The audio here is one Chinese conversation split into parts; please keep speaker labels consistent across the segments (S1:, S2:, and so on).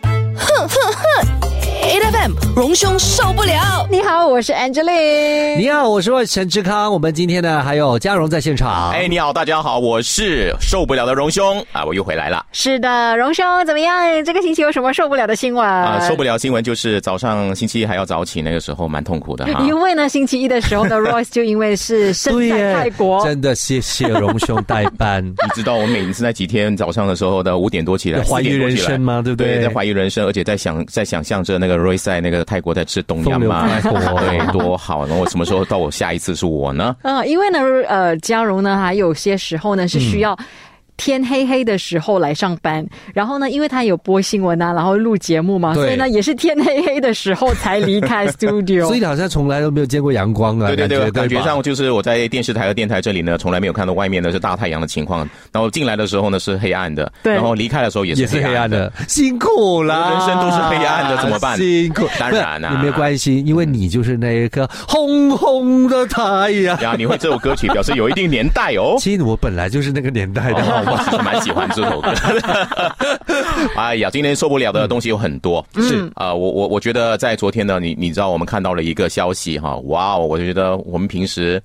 S1: 哼哼哼！A F M 荣兄受不了。
S2: 你好，我是 Angeline。
S3: 你好，我是陈志康。我们今天呢还有嘉荣在现场。
S4: 哎，你好，大家好，我是受不了的荣兄啊，我又回来了。
S2: 是的，荣兄怎么样？这个星期有什么受不了的新闻？
S3: 呃
S4: 啊，受不了新闻就是早上星期一还要早起，那个时候蛮痛苦的
S3: 哎
S4: 哈。
S2: 因为呢，星期一的时候呢，Royce 就因为是身在
S3: 耶
S2: 泰国，
S3: 真的谢谢荣兄代 班。
S4: 你知道我每次那几天早上的时候的五点多起来，
S3: 怀疑
S4: 4点多
S3: 人
S4: 起来
S3: 生吗对不对
S4: 在怀疑人生，而且在想在想象着那个 Roy 在那个泰国在吃东阳
S3: 风流
S4: 嘛哎
S3: 泰，国
S4: 对，多好。然后我什么时候到我下一次是 我呢？
S2: 嗯，因为呢，呃，嘉荣呢，还有些时候呢是需要天黑黑的时候来上班，然后呢，因为他有播新闻啊，然后录节目嘛，
S3: 对
S2: 所以呢，也是天黑黑的时候才离开 studio。
S3: 所以你好像从来都没有见过阳光啊，
S4: 对
S3: 感
S4: 对对，
S3: 觉
S4: 感觉
S3: 吧
S4: 上就是我在电视台和电台这里呢，从来没有看到外面的是大太阳的情况。然后进来的时候呢是黑暗的，
S2: 对
S4: 然后离开的时候也
S3: 也
S4: 是
S3: 是黑
S4: 黑
S3: 暗
S4: 暗的。
S3: 的，辛苦啦，
S4: 人生都是黑暗的怎么办
S3: 啊辛苦，
S4: 当然啊啦
S3: 不是也没有关系，因为你就是那一颗红红的太阳。
S4: 呀，你会这首歌曲，表示有一定年代哦。
S3: 其实我本来就是那个年代的，好
S4: 哦
S3: 吧？
S4: 我其实蛮喜欢这首歌。 哎呀，今天受不了的东西有很多。
S3: 嗯
S4: 是啊、呃我我我觉得在昨天呢，你你知道我们看到了一个消息哈，哇哦，我就觉得我们平时。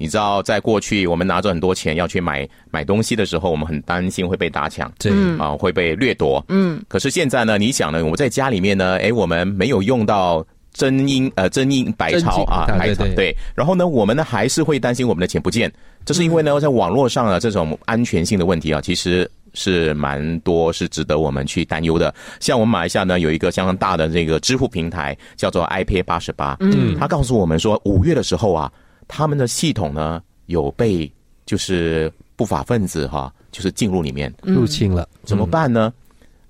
S4: 你知道，在过去我们拿着很多钱要去买买东西的时候，我们很担心会被打抢，
S3: 对
S4: 啊、会被掠夺。嗯，可是现在呢，你想呢，我们在家里面呢，诶，我们没有用到真英呃真英白
S3: 真
S4: 潮
S3: 金
S4: 啊
S3: 啊，
S4: 白
S3: 对
S4: 潮
S3: 对
S4: 对。然后呢，我们呢还是会担心我们的钱不见，这是因为呢，在网络上啊这种安全性的问题啊，其实。是蛮多，是值得我们去担忧的。像我们马来西亚呢，有一个相当大的这个支付平台，叫做 iPay 八十八。嗯，他告诉我们说，五月的时候啊，他们的系统呢有被就是不法分子哈、就是进入里面。
S3: 入侵了，
S4: 怎么办呢？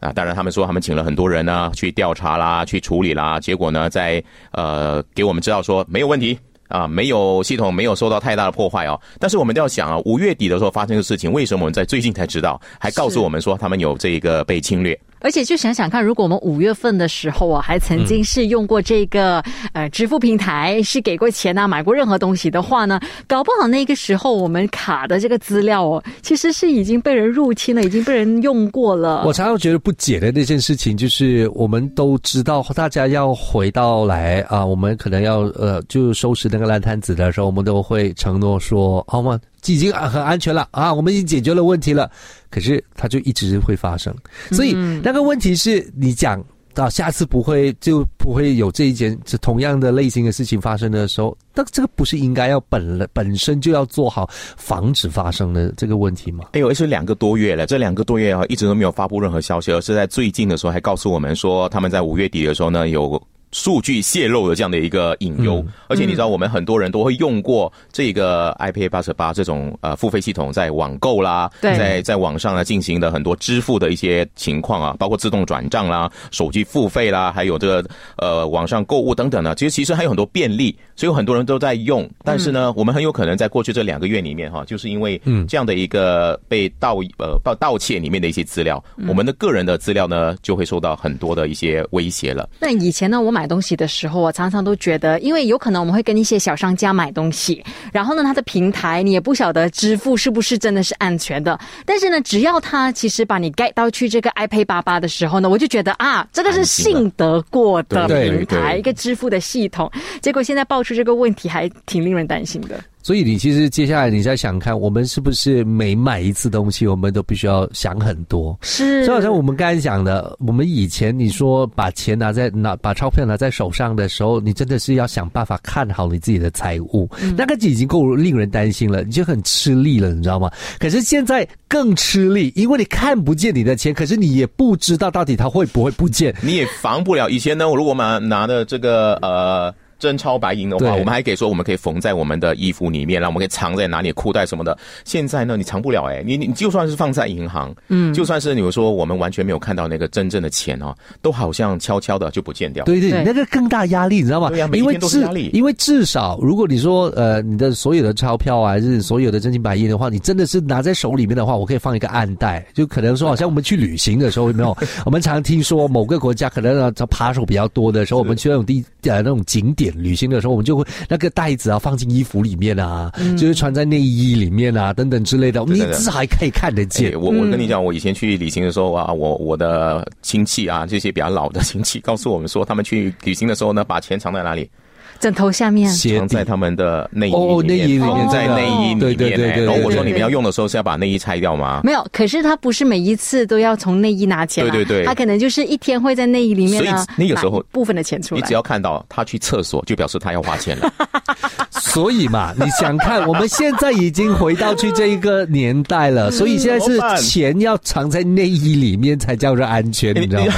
S4: 啊，当然，他们说他们请了很多人呢去调查啦，去处理啦，结果呢，在呃给我们知道说没有问题啊，没有系统没有受到太大的破坏哦。但是我们都要想啊，五月底的时候发生的事情，为什么我们在最近才知道？还告
S2: 是
S4: 诉我们说他们有这个被侵略。
S2: 而且就想想看，如果我们五月份的时候啊，还曾经是用过这个、呃支付平台，是给过钱啊，买过任何东西的话呢，搞不好那个时候我们卡的这个资料哦，其实是已经被人入侵了，已经被人用过了。
S3: 我常常觉得不解的那件事情，就是我们都知道，大家要回到来啊，我们可能要呃，就收拾那个烂摊子的时候，我们都会承诺说，好、吗？已经啊很安全了啊，我们已经解决了问题了。可是它就一直会发生，所以那个问题是你讲。到下次不会就不会有这一件这同样的类型的事情发生的时候，那这个不是应该要本本身就要做好防止发生的这个问题吗？
S4: 哎呦，而且两个多月了，这两个多月啊，一直都没有发布任何消息，而是在最近的时候还告诉我们说，他们在五月底的时候呢有。数据泄露的这样的一个隐忧，而且你知道，我们很多人都会用过这个 iPay 八十八这种呃付费系统，在网购啦，
S2: 对
S4: 在在网上呢进行的很多支付的一些情况啊，包括自动转账啦、手机付费啦，还有这个呃网上购物等等呢，其实其实还有很多便利，所以有很多人都在用。但是呢，我们很有可能在过去这两个月里面哈，就是因为这样的一个被盗呃盗盗窃里面的一些资料，我们的个人的资料呢就会受到很多的一些威胁了。
S2: 那以前呢，我买东西的时候啊，常常都觉得，因为有可能我们会跟一些小商家买东西，然后呢，它的平台你也不晓得支付是不是真的是安全的。但是呢，只要他其实把你 get 到去这个 iPay 八八的时候呢，我就觉得啊，这个是信得过的
S4: 安心了
S2: 平台，
S4: 对对
S2: 一个支付的系统。结果现在爆出这个问题，还挺令人担心的。
S3: 所以你其实接下来你在想看，我们是不是每买一次东西，我们都必须要想很多？
S2: 是
S3: 就好像我们刚才讲的，我们以前你说把钱拿在拿把钞票拿在手上的时候，你真的是要想办法看好你自己的财务，那个就已经够令人担心了，你就很吃力了，你知道吗？可是现在更吃力，因为你看不见你的钱，可是你也不知道到底它会不会不见，
S4: 你也防不了。以前呢，我如果拿拿的这个呃。真钞白银的
S3: 对
S4: 话，我们还可以说我们可以缝在我们的衣服里面，然后我们可以藏在哪里裤袋什么的。现在呢，你藏不了哎、你你你就算是放在银行，嗯，就算是你说我们完全没有看到那个真正的钱哦，都好像悄悄的就不见掉。哎
S3: 对对，
S2: 对
S3: 那个更大压力，你知道吗？
S4: 对呀啊每一
S3: 因为
S4: 天都是
S3: 至
S4: 压力
S3: 因为至少如果你说呃你的所有的钞票啊，还是所有的真金白银的话，你真的是拿在手里面的话，我可以放一个暗袋，就可能说好像我们去旅行的时候有没 有？我们常听说某个国家可能啊爬手比较多的时候，我们去那种地呃那种景点点旅行的时候，我们就会那个袋子啊放进衣服里面啊，就是穿在内衣里面啊等等之类的，你
S4: 嗯对对
S3: 至少还可以看得见
S4: 哎。我我
S3: 嗯
S4: 跟你讲，我以前去旅行的时候啊，我我的亲戚啊，这些比较老的亲戚告诉我们说，他们去旅行的时候呢，把钱藏在哪里？
S2: 枕头下面。
S3: 鞋
S4: 藏
S3: 底
S4: 哎在他们的内衣
S3: 哦内衣里
S4: 里面，
S3: 面
S4: 缝在
S2: 真的
S4: 内衣里面。
S3: 对对对
S4: 哎
S3: 对
S4: 然后我
S2: 对
S4: 说
S2: 对
S4: 你们要用的时候是要把内衣拆掉吗？
S2: 没有，可是他不是每一次都要从内衣拿钱啊，
S4: 对对对
S2: 他可能就是一天会在内衣里面呢，
S4: 所以那个时
S2: 拿
S4: 候
S2: 一部分的钱出
S4: 你
S2: 来，
S4: 只要看到他去厕所，就表示他要花 钱了。
S3: 所以嘛，你想看，我们现在已经回到去这一个年代
S4: 嗯
S3: 了，所以现在是
S4: 怎么办
S3: 钱要藏在内衣里面才叫做安全，
S4: 哎
S3: 你知道吗？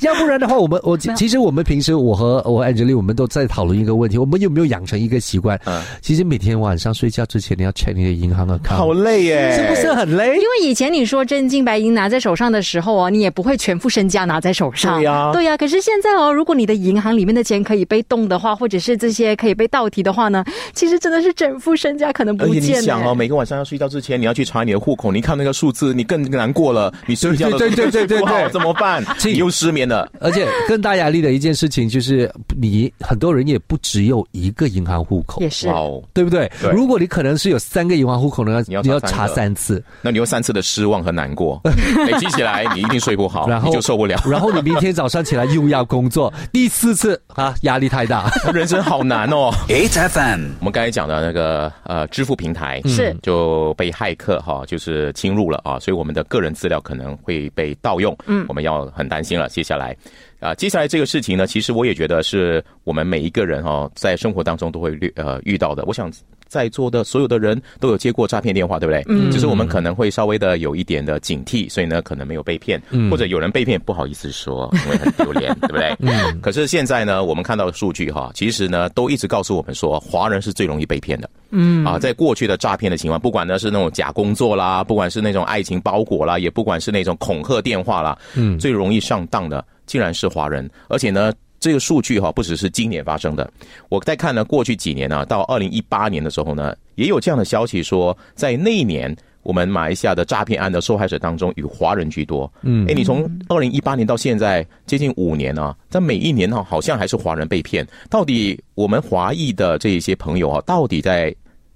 S3: 要不然的话，我们我其其实我们平时我和我 Angela 我们都在讨论一个问题，我们有没有养成一个习惯？
S4: 嗯
S3: 其实每天晚上睡觉之前你要 check 你的银行 account，
S4: 好累耶，
S3: 是不是？很累
S2: 因？为以前你说真金白银拿在手上的时候哦，你也不会全副身家拿在手上。
S4: 对呀
S2: 对呀、可是现在哦，如果你的银行里面的钱可以被动的话，或者是这些可以被盗提的话呢，其实真的是整副身家可能
S4: 而
S2: 不
S4: 且你
S2: 见
S4: 想哦，
S2: 了。
S4: 每个晚上要睡觉之前，你要去查你的户口，你看那个数字，你更难过了。你睡觉的
S3: 对对对对对
S4: 睡不好
S3: 对对
S4: 怎么办？
S3: 这
S4: 你又失眠了。
S3: 而且更大压力的一件事情就是，你很多人也不只有一个银行户口
S2: 也，是
S4: 哇，哦，
S3: 对不对？
S4: 对
S3: 如果你可能是有三个银行户口呢，
S4: 你要查
S3: 你要
S4: 三个
S3: 查三次。
S4: 那你有三次的失望和难 过累积起来，你一定睡不好，
S3: 然后
S4: 你就受不了。
S3: 然后你明天早上起来又要工 作，第四次啊，压力太大。
S4: 人生好难哦。
S5: 8FM.
S4: 我们刚才讲的那个呃支付平台
S2: 是
S4: 就被骇客哈、就是侵入了啊，所以我们的个人资料可能会被盗用，嗯，我们要很担心了。接下来啊、接下来这个事情呢，其实我也觉得是我们每一个人哦，在生活当中都会遇呃遇到的。我想在座的所有的人都有接过诈骗电话，对不对？嗯，就是我们可能会稍微的有一点的警惕，所以呢，可能没有被骗，或者有人被骗不好意思说，因为很丢 脸，对不对？嗯。可是现在呢，我们看到的数据哈，其实呢，都一直告诉我们说，华人是最容易被骗的。嗯啊，在过去的诈骗的情况，不管呢是那种假工作啦，不管是那种爱情包裹啦，也不管是那种恐吓电话啦，嗯，最容易上当的竟然是华人，而且呢。这个数据哈、不只是今年发生的，我在看呢，过去几年呢、啊到二零一八年的时候呢，也有这样的消息说，在那一年我们马来西亚的诈骗案的受害者当中，以华人居多。嗯，哎，你从二零一八年到现在接近五年啊，在每一年呢、好像还是华人被骗。到底我们华裔的这一些朋友啊，到底在？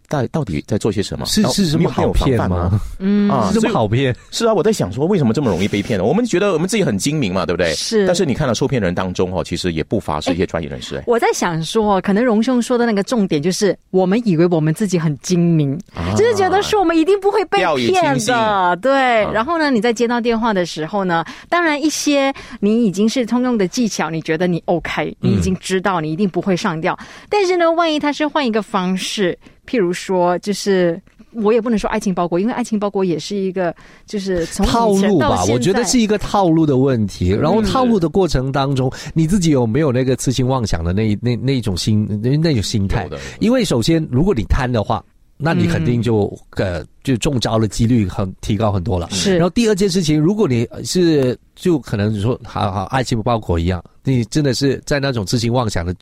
S4: 到到底在做些什么？
S3: 是是什么哦好骗
S4: 然后我们有没有防范
S3: 吗
S4: 吗？？嗯 啊，
S3: 是这
S4: 所以
S3: 么好骗？
S4: 是啊，我在想说，为什么这么容易被骗呢？我们觉得我们自己很精明嘛，对不对？
S2: 是
S4: 但是你看到受骗人当中哦，其实也不乏是一些专业人士。哎
S2: 我在想说，可能荣兄说的那个重点就是，我们以为我们自己很精明，就是觉得说我们一定不会被
S4: 啊掉以轻
S2: 骗
S4: 心啊
S2: 的，对。然后呢，你在接到电话的时候呢，当然一些你已经是通用的技巧，你觉得你 OK，你已
S4: 嗯
S2: 经知道你一定不会上吊，但是呢，万一他是换一个方式，譬如说就是。我也不能说爱情包裹，因为爱情包裹也是一个，就是从
S3: 套
S2: 以前
S3: 路
S2: 到
S3: 吧，嗯
S2: 现在
S3: 我觉得是一个套路的问题。然后套路的过程当中，你自己有没有那个痴心妄想的那那那种心那那种心态
S4: 哎有的有的？
S3: 因为首先，如果你贪的话。那你肯定就、呃就中招的几率很提高很多了。
S2: 是
S3: 然后第二件事情，如果你是就可能你说好好爱情包裹一样，你真的是在那种痴心妄想的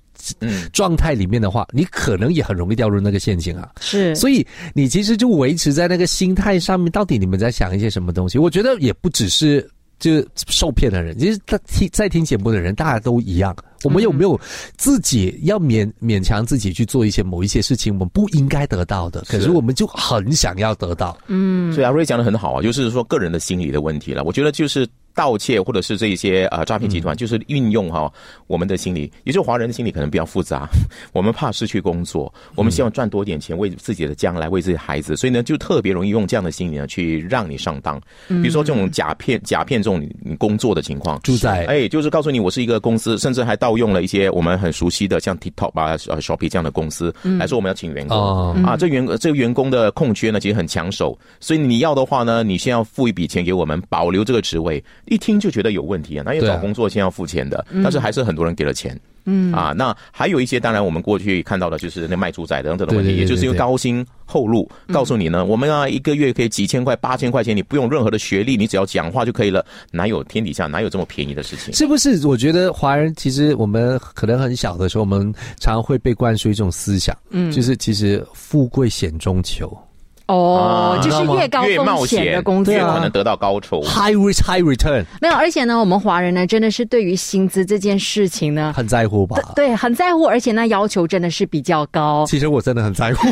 S4: 嗯，
S3: 状态里面的话，你可能也很容易掉入那个陷阱啊。
S2: 是，
S3: 所以你其实就维持在那个心态上面，到底你们在想一些什么东西？我觉得也不只是就受骗的人，其实他听在听节目的人，大家都一样。我们有没有自己要勉勉强自己去做一些某一些事情，我们不应该得到的，可是
S4: 是
S3: 我们就很想要得到。
S4: 所以阿瑞讲的很好啊，就是说个人的心理的问题了。我觉得就是盗窃或者是这一些呃诈骗集团，就是运用哈、我们的心理，也就是华人的心理可能比较复杂。 我们怕失去工作，我们希望赚多点钱，为自己的将来，为自己的孩子，所以呢，就特别容易用这样的心理呢去让你上当。比如说这种假骗、假骗这种你你工作的情况，
S3: 住在
S4: 哎，就是告诉你我是一个公司，甚至还盗用了一些我们很熟悉的像 TikTok 啊、呃 Shopee 这样的公司，来说我们要请员工、
S3: 哦
S2: 嗯
S4: 啊，这员这个员工的空缺呢其实很抢手，所以你要的话呢，你先要付一笔钱给我们，保留这个职位，一听就觉得有问题啊，那要
S3: 对啊
S4: 找工作先要付钱的，
S2: 嗯
S4: 但是还是很多人给了钱。嗯啊，那还有一些，当然我们过去看到的就是那卖猪仔等等的问题，
S3: 对对对
S4: 也就是因为
S3: 对
S4: 高薪厚禄，
S2: 嗯
S4: 告诉你呢，我们啊一个月可以几千块、八千块钱，你不用任何的学历，你只要讲话就可以了，哪有天底下哪有这么便宜的事情？
S3: 是不是？我觉得华人其实我们可能很小的时候，我们常会被灌输一种思想，嗯，就是其实富贵险中求。
S2: 哦，
S4: 啊
S2: 就是越高
S4: 越冒
S2: 风险
S4: 险
S2: 的工作
S4: 越。可能得到高酬。
S3: ，high risk high return
S2: 没有，而且呢，我们华人呢，真的是对于薪资这件事情呢，
S3: 很在乎吧？
S4: 啊
S2: 对，很在乎，而且呢，要求真的是比较 高。
S3: 其实我真的很在乎，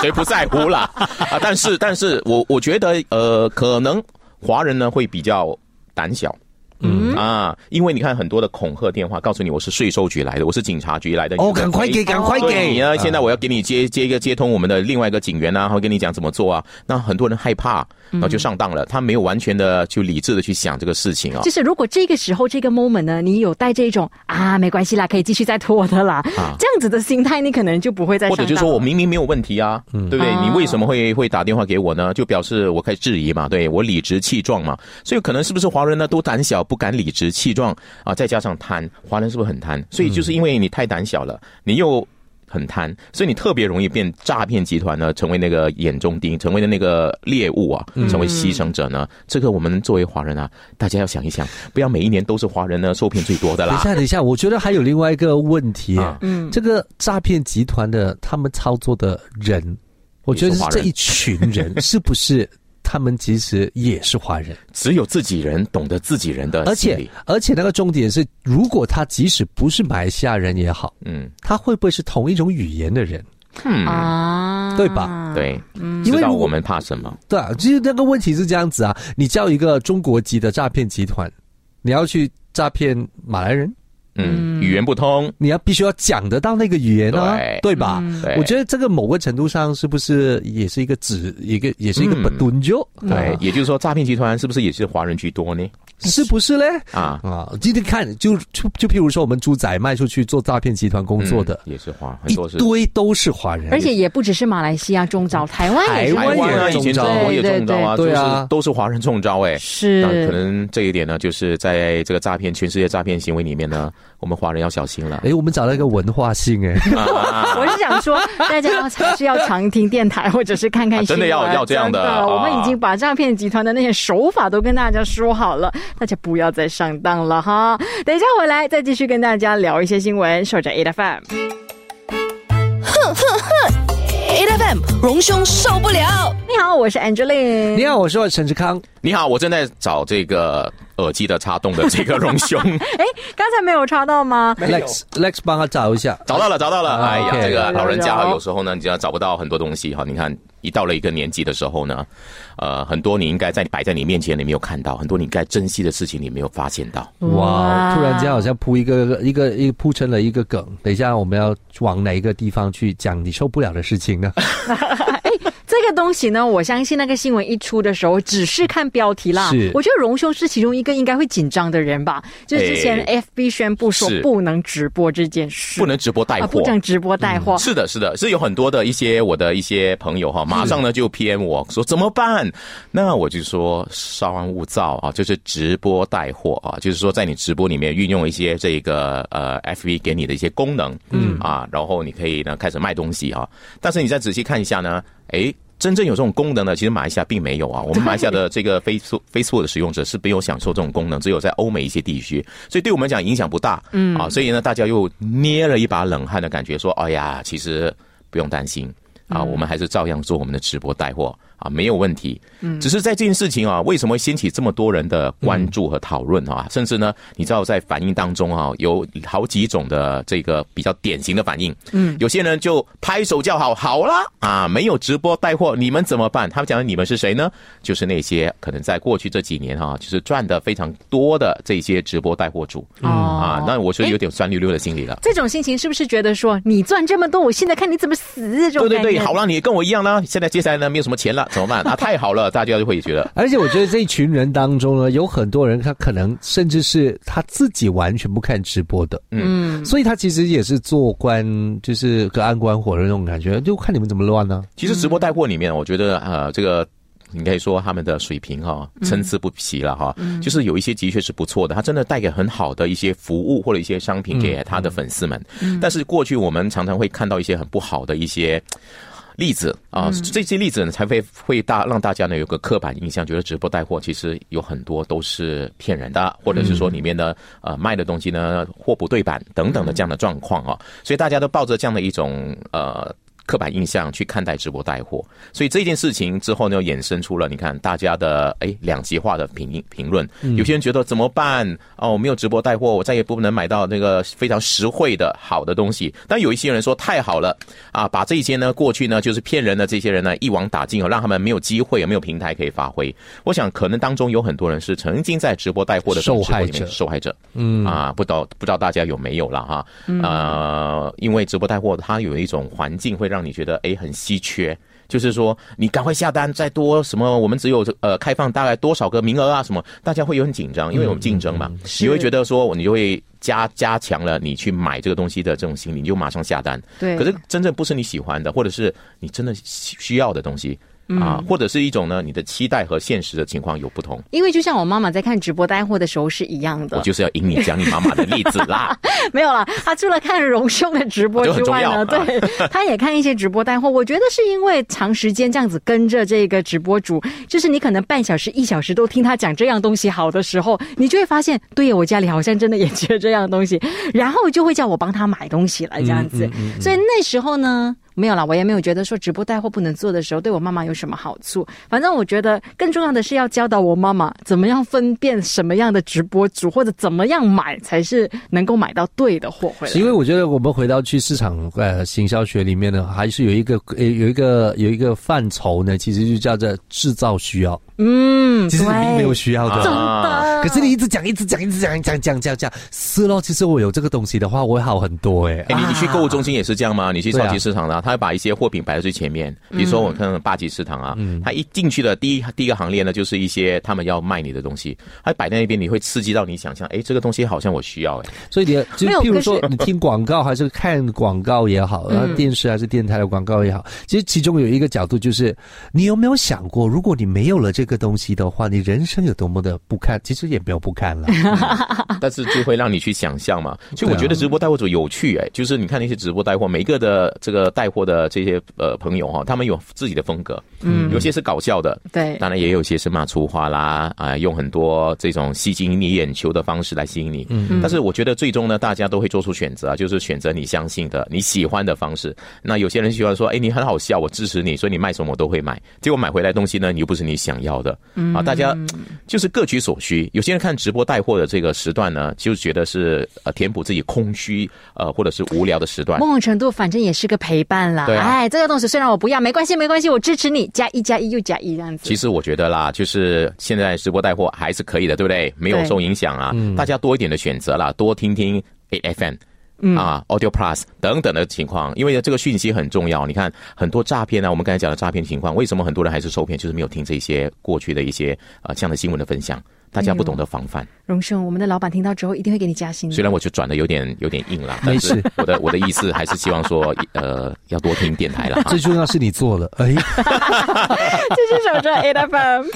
S4: 谁不在乎啦？啊，但是，但是我我觉得，呃，可能华人呢会比较胆小。嗯啊，因为你看很多的恐吓电话，告诉你我是税收局来的，我是警察局来的。
S3: 哦，
S4: 你的
S3: 赶快给，啊赶快
S4: 对你
S3: 给！
S4: 哎呢，现在我要给你接接一个接通我们的另外一个警员啊，然后跟你讲怎么做啊。那很多人害怕，
S3: 嗯
S4: 然后就上当了，他没有完全的就理智的去想这个事情啊
S2: 就。是如果这个时候这个 moment 呢，你有带这种啊，没关系啦，可以继续再拖的啦，
S4: 啊
S2: 这样子的心态，你可能就不会再
S4: 或者
S2: 上
S4: 就
S2: 当
S4: 说我
S2: 了
S4: 明明没有问题啊，
S3: 嗯
S4: 对不对？
S2: 啊
S4: 你为什么会会打电话给我呢？就表示我开始质疑嘛，对我理直气壮嘛。所以可能是不是华人呢都胆小，不敢理直气壮啊？再加上贪，华人是不是很贪？所以就是因为你太胆小了，你又。很贪，所以你特别容易变诈骗集团呢，成为那个眼中钉，成为的那个猎物啊，
S3: 嗯
S4: 成为牺牲者呢。这个我们作为华人啊，大家要想一想，不要每一年都是华人呢受骗最多
S3: 等
S4: 的啦
S3: 一。下，等一下，我觉得还有另外一个问题
S4: 啊，
S3: 嗯，这个诈骗集团的他们操作的人，我觉得
S4: 也是
S3: 是
S4: 华
S3: 这
S4: 人
S3: 一群人是不是他们其实也是华 人？
S4: 只有自己人懂得自己人的
S3: 而
S4: 心
S3: 且
S4: 理，
S3: 而且那个重点是，如果他即使不是马来西亚人也好，
S4: 嗯，
S3: 他会不会是同一种语言的人？
S4: 嗯
S2: 啊，
S3: 对吧？
S4: 对，
S3: 因为
S4: 嗯知道
S3: 如果
S4: 我们怕什么。
S3: 对啊，其实那个问题是这样子啊，你叫一个中国籍的诈骗集团，你要去诈骗马来人，
S4: 嗯，语言不通，
S3: 你要必须要讲得到那个语言啊，
S4: 对嗯
S3: 吧？
S4: 对
S3: 我觉得这个某个程度上是不是也是一个指一个也是一个
S4: 嗯
S3: 本吨就啊
S4: 对，也就是说，诈骗集团是不是也是华人居多呢？
S3: 是不是嘞？
S4: 啊，
S3: 啊，今天看就就就譬如说我们猪仔卖出去做诈骗集团工作的，
S4: 嗯也是华，很
S3: 一
S4: 多是。
S3: 堆都是华人，
S2: 而且也不只是马来西亚中招，台湾也是
S3: 台
S4: 嗯台湾啊，
S3: 也
S4: 以前
S3: 中招
S4: 中国也中招啊，
S3: 对对对
S4: 就是
S3: 对啊
S4: 都是华人中招哎。那
S2: 是。
S4: 可能这一点呢，就是在这个诈骗全世界诈骗行为里面呢，我们华人要小心 了。
S3: 哎，我们找到一个文化性 哎，
S4: 啊
S2: 我是想说，大家要还是要常听电台，或者是看看
S4: 啊
S2: 新
S4: 真
S2: 闻。
S4: 的要要这样的
S2: 真
S4: 啊
S2: 我们已经把诈骗集团的那些手法都跟大家说好了，大家不要再上当了哈。等一下回来再继续跟大家聊一些新闻，守着 A F M。
S1: ，A F M 荣兄受不了
S2: 你好，我是 Angeline。
S3: 你好，我是陈志康，
S4: 你好，我正在找这个耳机的插洞的这个 隆胸，
S2: 哎，刚才没有查到吗？
S3: Lex Lex 帮他找一下，
S4: 找到了，找到了。
S3: 啊
S4: 哎呀，
S3: OK
S4: 这个老人
S2: 有
S4: 家
S2: 有有
S4: 有时候呢，你只要找不到很多东西哈。你看，一到了一个年纪的时候呢，呃，很多你应该在摆在你面前，你没有看到；很多你应该珍惜的事情，你没有发现到。
S3: 哇，突然间好像铺一个一个一个铺成了一个梗。等一下我们要往哪一个地方去讲你受不了的事情呢？
S2: 哎这个东西呢，我相信那个新闻一出的时候，只是看标题啦。
S3: 是
S2: 我觉得荣兄是其中一个应该会紧张的人吧。就是之前 FB 宣布说
S4: 是
S2: 不能直播这件事，
S4: 不能直播带
S2: 啊，不。
S4: 货
S2: 能直播带货。
S4: 嗯是的，是的，是有很多的一些我的一些朋友哈，马上呢就 PM 我说怎么办？那我就说稍安勿躁啊，就是直播带货啊，就是说在你直播里面运用一些这个呃 FV 给你的一些功能，嗯啊，然后你可以呢开始卖东西啊。但是你再仔细看一下呢，诶，真正有这种功能呢，其实马来西亚并没有啊。我们马来西亚的这个 Facebook Facebook 的使用者是没有享受这种功能，只有在欧美一些地区，所以对我们讲影响不大。嗯啊，所以呢，大家又捏了一把冷汗的感觉，说：“哎呀，其实不用担心啊，我们还是照样做我们的直播带货啊，没有问题。”嗯，只是在这件事情啊，为什么会掀起这么多人的关注和讨论啊？甚至呢，你知道在反应当中啊，有好几种的这个比较典型的反应。嗯，有些人就拍手叫好，好啦啊，没有直播带货，你们怎么办？他们讲的你们是谁呢？就是那些可能在过去这几年哈、啊，就是赚的非常多的这些直播带货主。
S2: 哦
S4: 啊，那我是有点酸溜溜的心理了。
S2: 这种心情是不是觉得说你赚这么多，我现在看你怎么死？这种
S4: 对对
S2: 概
S4: 对，
S2: 念
S4: 好。了，你跟我一样啦。现在接下来呢，没有什么钱了，怎么办？啊，太好了，大家就会觉得，
S3: 而且我觉得这一群人当中呢，有很多人他可能甚至是他自己完全不看直播的，嗯，所以他其实也是做官，就是隔岸观火的那种感觉，就看你们怎么乱啊呢、
S4: 其实直播带货里面，我觉得呃，这个你可以说他们的水平哈，参差不齐了哈。就是有一些的确是不错的，他真的带给很好的一些服务或者一些商品给他的粉丝们。但是过去我们常常会看到一些很不好的一些。例子啊，这些例子呢才会会大让大家呢有个刻板印象，觉得直播带货其实有很多都是骗人的，或者是说里面呢呃卖的东西呢货不对版等等的这样的状况啊，所以大家都抱着这样的一种呃。刻板印象去看待直播带货。所以这件事情之后呢，衍生出了你看大家的哎两极化的评评论，有些人觉得怎么办？哦，我没有直播带货，我再也不能买到那个非常实惠的好的东西。但有一些人说太好了啊，把这些呢过去呢就是骗人的这些人呢一网打尽哦，让他们没有机会，也没有平台可以发挥。我想可能当中有很多人是曾经在直播带货的
S3: 受害者
S4: 直播里面受害者，嗯啊，不知道不知道大家有没有了哈？呃，因为直播带货它有一种环境会让你觉得哎很稀缺。就是说，你赶快下单，再多什么？我们只有呃开放大概多少个名额啊？什么？大家会有很紧张，因为我们竞争嘛，
S3: 嗯
S4: 你会觉得说，你就会加加强了你去买这个东西的这种心理，你就马上下单。
S2: 对
S4: 可是真正不是你喜欢的，或者是你真的需需要的东西啊，或者是一种呢，你的期待和现实的情况有不同。
S2: 因为就像我妈妈在看直播带货的时候是一样
S4: 我
S2: 的，
S4: 就是要赢你讲你妈妈的例子啦。
S2: 没有啦，她除了看荣兄的直播之外呢，
S4: 这很啊
S2: 对， 她也看一些直播带货。我觉得是因为长时间这样子跟着这个直播主，就是你可能半小时、一小时都听他讲这样东西好的时候，你就会发现，对我家里好像真的也缺这样东西， 然后就会叫我帮他买东西了，这样
S3: 嗯
S2: 子。所以那时候呢。没有啦，我也没有觉得说直播带货不能做的时候对我妈妈有什么好处。反正我觉得更重要的是要教导我妈妈怎么样分辨什么样的直播主或者怎么样买才是能够买到对的货回来。
S3: 因为我觉得我们回到去市场呃行销学里面呢，还是有一个呃有一个有一个范畴呢，其实就叫做制造需要。
S2: 嗯，
S3: 其实你并没有
S2: 对
S3: 需要的，
S4: 真
S2: 的
S3: 啊可是你一直讲，一直讲，一直讲，讲讲讲讲，是咯。其实我有这个东西的话，我会好很多欸诶、
S4: 哎，你你去购物中心也是这样吗？你去
S3: 对啊
S4: 超级市场啦、他会把一些货品摆在最前面。比如说，我看八级市场啊，他一进去的第一第一个行列呢，就是一些他们要卖你的东西，他摆在那边，你会刺激到你想象，哎，这个东西好像我需要哎。
S3: 所以你就
S2: 没有
S3: 譬如
S2: 可是
S3: 说，你听广告还是看广告也好，然后电视还是电台的广告也好，呃其实其中有一个角度就是，你有没有想过，如果你没有了这个东西的话，你人生有多么的不堪？其实也没有不堪了。
S4: 但是就会让你去想象嘛。所以我
S3: 对啊
S4: 觉得直播带货主有趣哎、就是你看那些直播带货，每一个的这个带货的这些呃朋友哈、他们有自己的风格，嗯，有些是搞笑的。
S2: 对
S4: 当然，也有些是骂粗话啦，啊、用很多这种吸引你眼球的方式来吸引你。嗯，但是我觉得最终呢，大家都会做出选择啊，就是选择你相信的、你喜欢的方式。那有些人喜欢说，哎，你很好笑，我支持你，所以你卖什么我都会买。结果买回来东西呢，你又不是你想要的。啊，大家就是各取所需。有些人看直播带货的这个时段呢，就觉得是呃填补自己空虚呃或者是无聊的时段。
S2: 某种程度反正也是个陪伴啦。
S4: 对啊
S2: 哎，这个东西虽然我不要，没关系，没关系，我支持你，加一加一又加一这样子。
S4: 其实我觉得啦，就是现在直播带货还是可以的，对不对？没有受影响啊，
S3: 嗯
S4: 大家多一点的选择啦，多听听 A F M。啊，Audio
S3: 嗯
S4: Plus 等等的情况，因为这个讯息很重要。你看，很多诈骗啊，我们刚才讲的诈骗情况，为什么很多人还是受骗？就是没有听这些过去的一些呃这样的新闻的分享，大家不懂得防范。
S3: 嗯
S2: 荣兄，我们的老板听到之后一定会给你加薪的
S4: 虽。然我就转的有点有点硬了，
S3: 没
S4: 但是
S3: 事
S4: 我的我的意思还是希望说，呃，要多听电台了哈
S3: 最。重要是你做了，哎，
S2: 这是守着 A F M。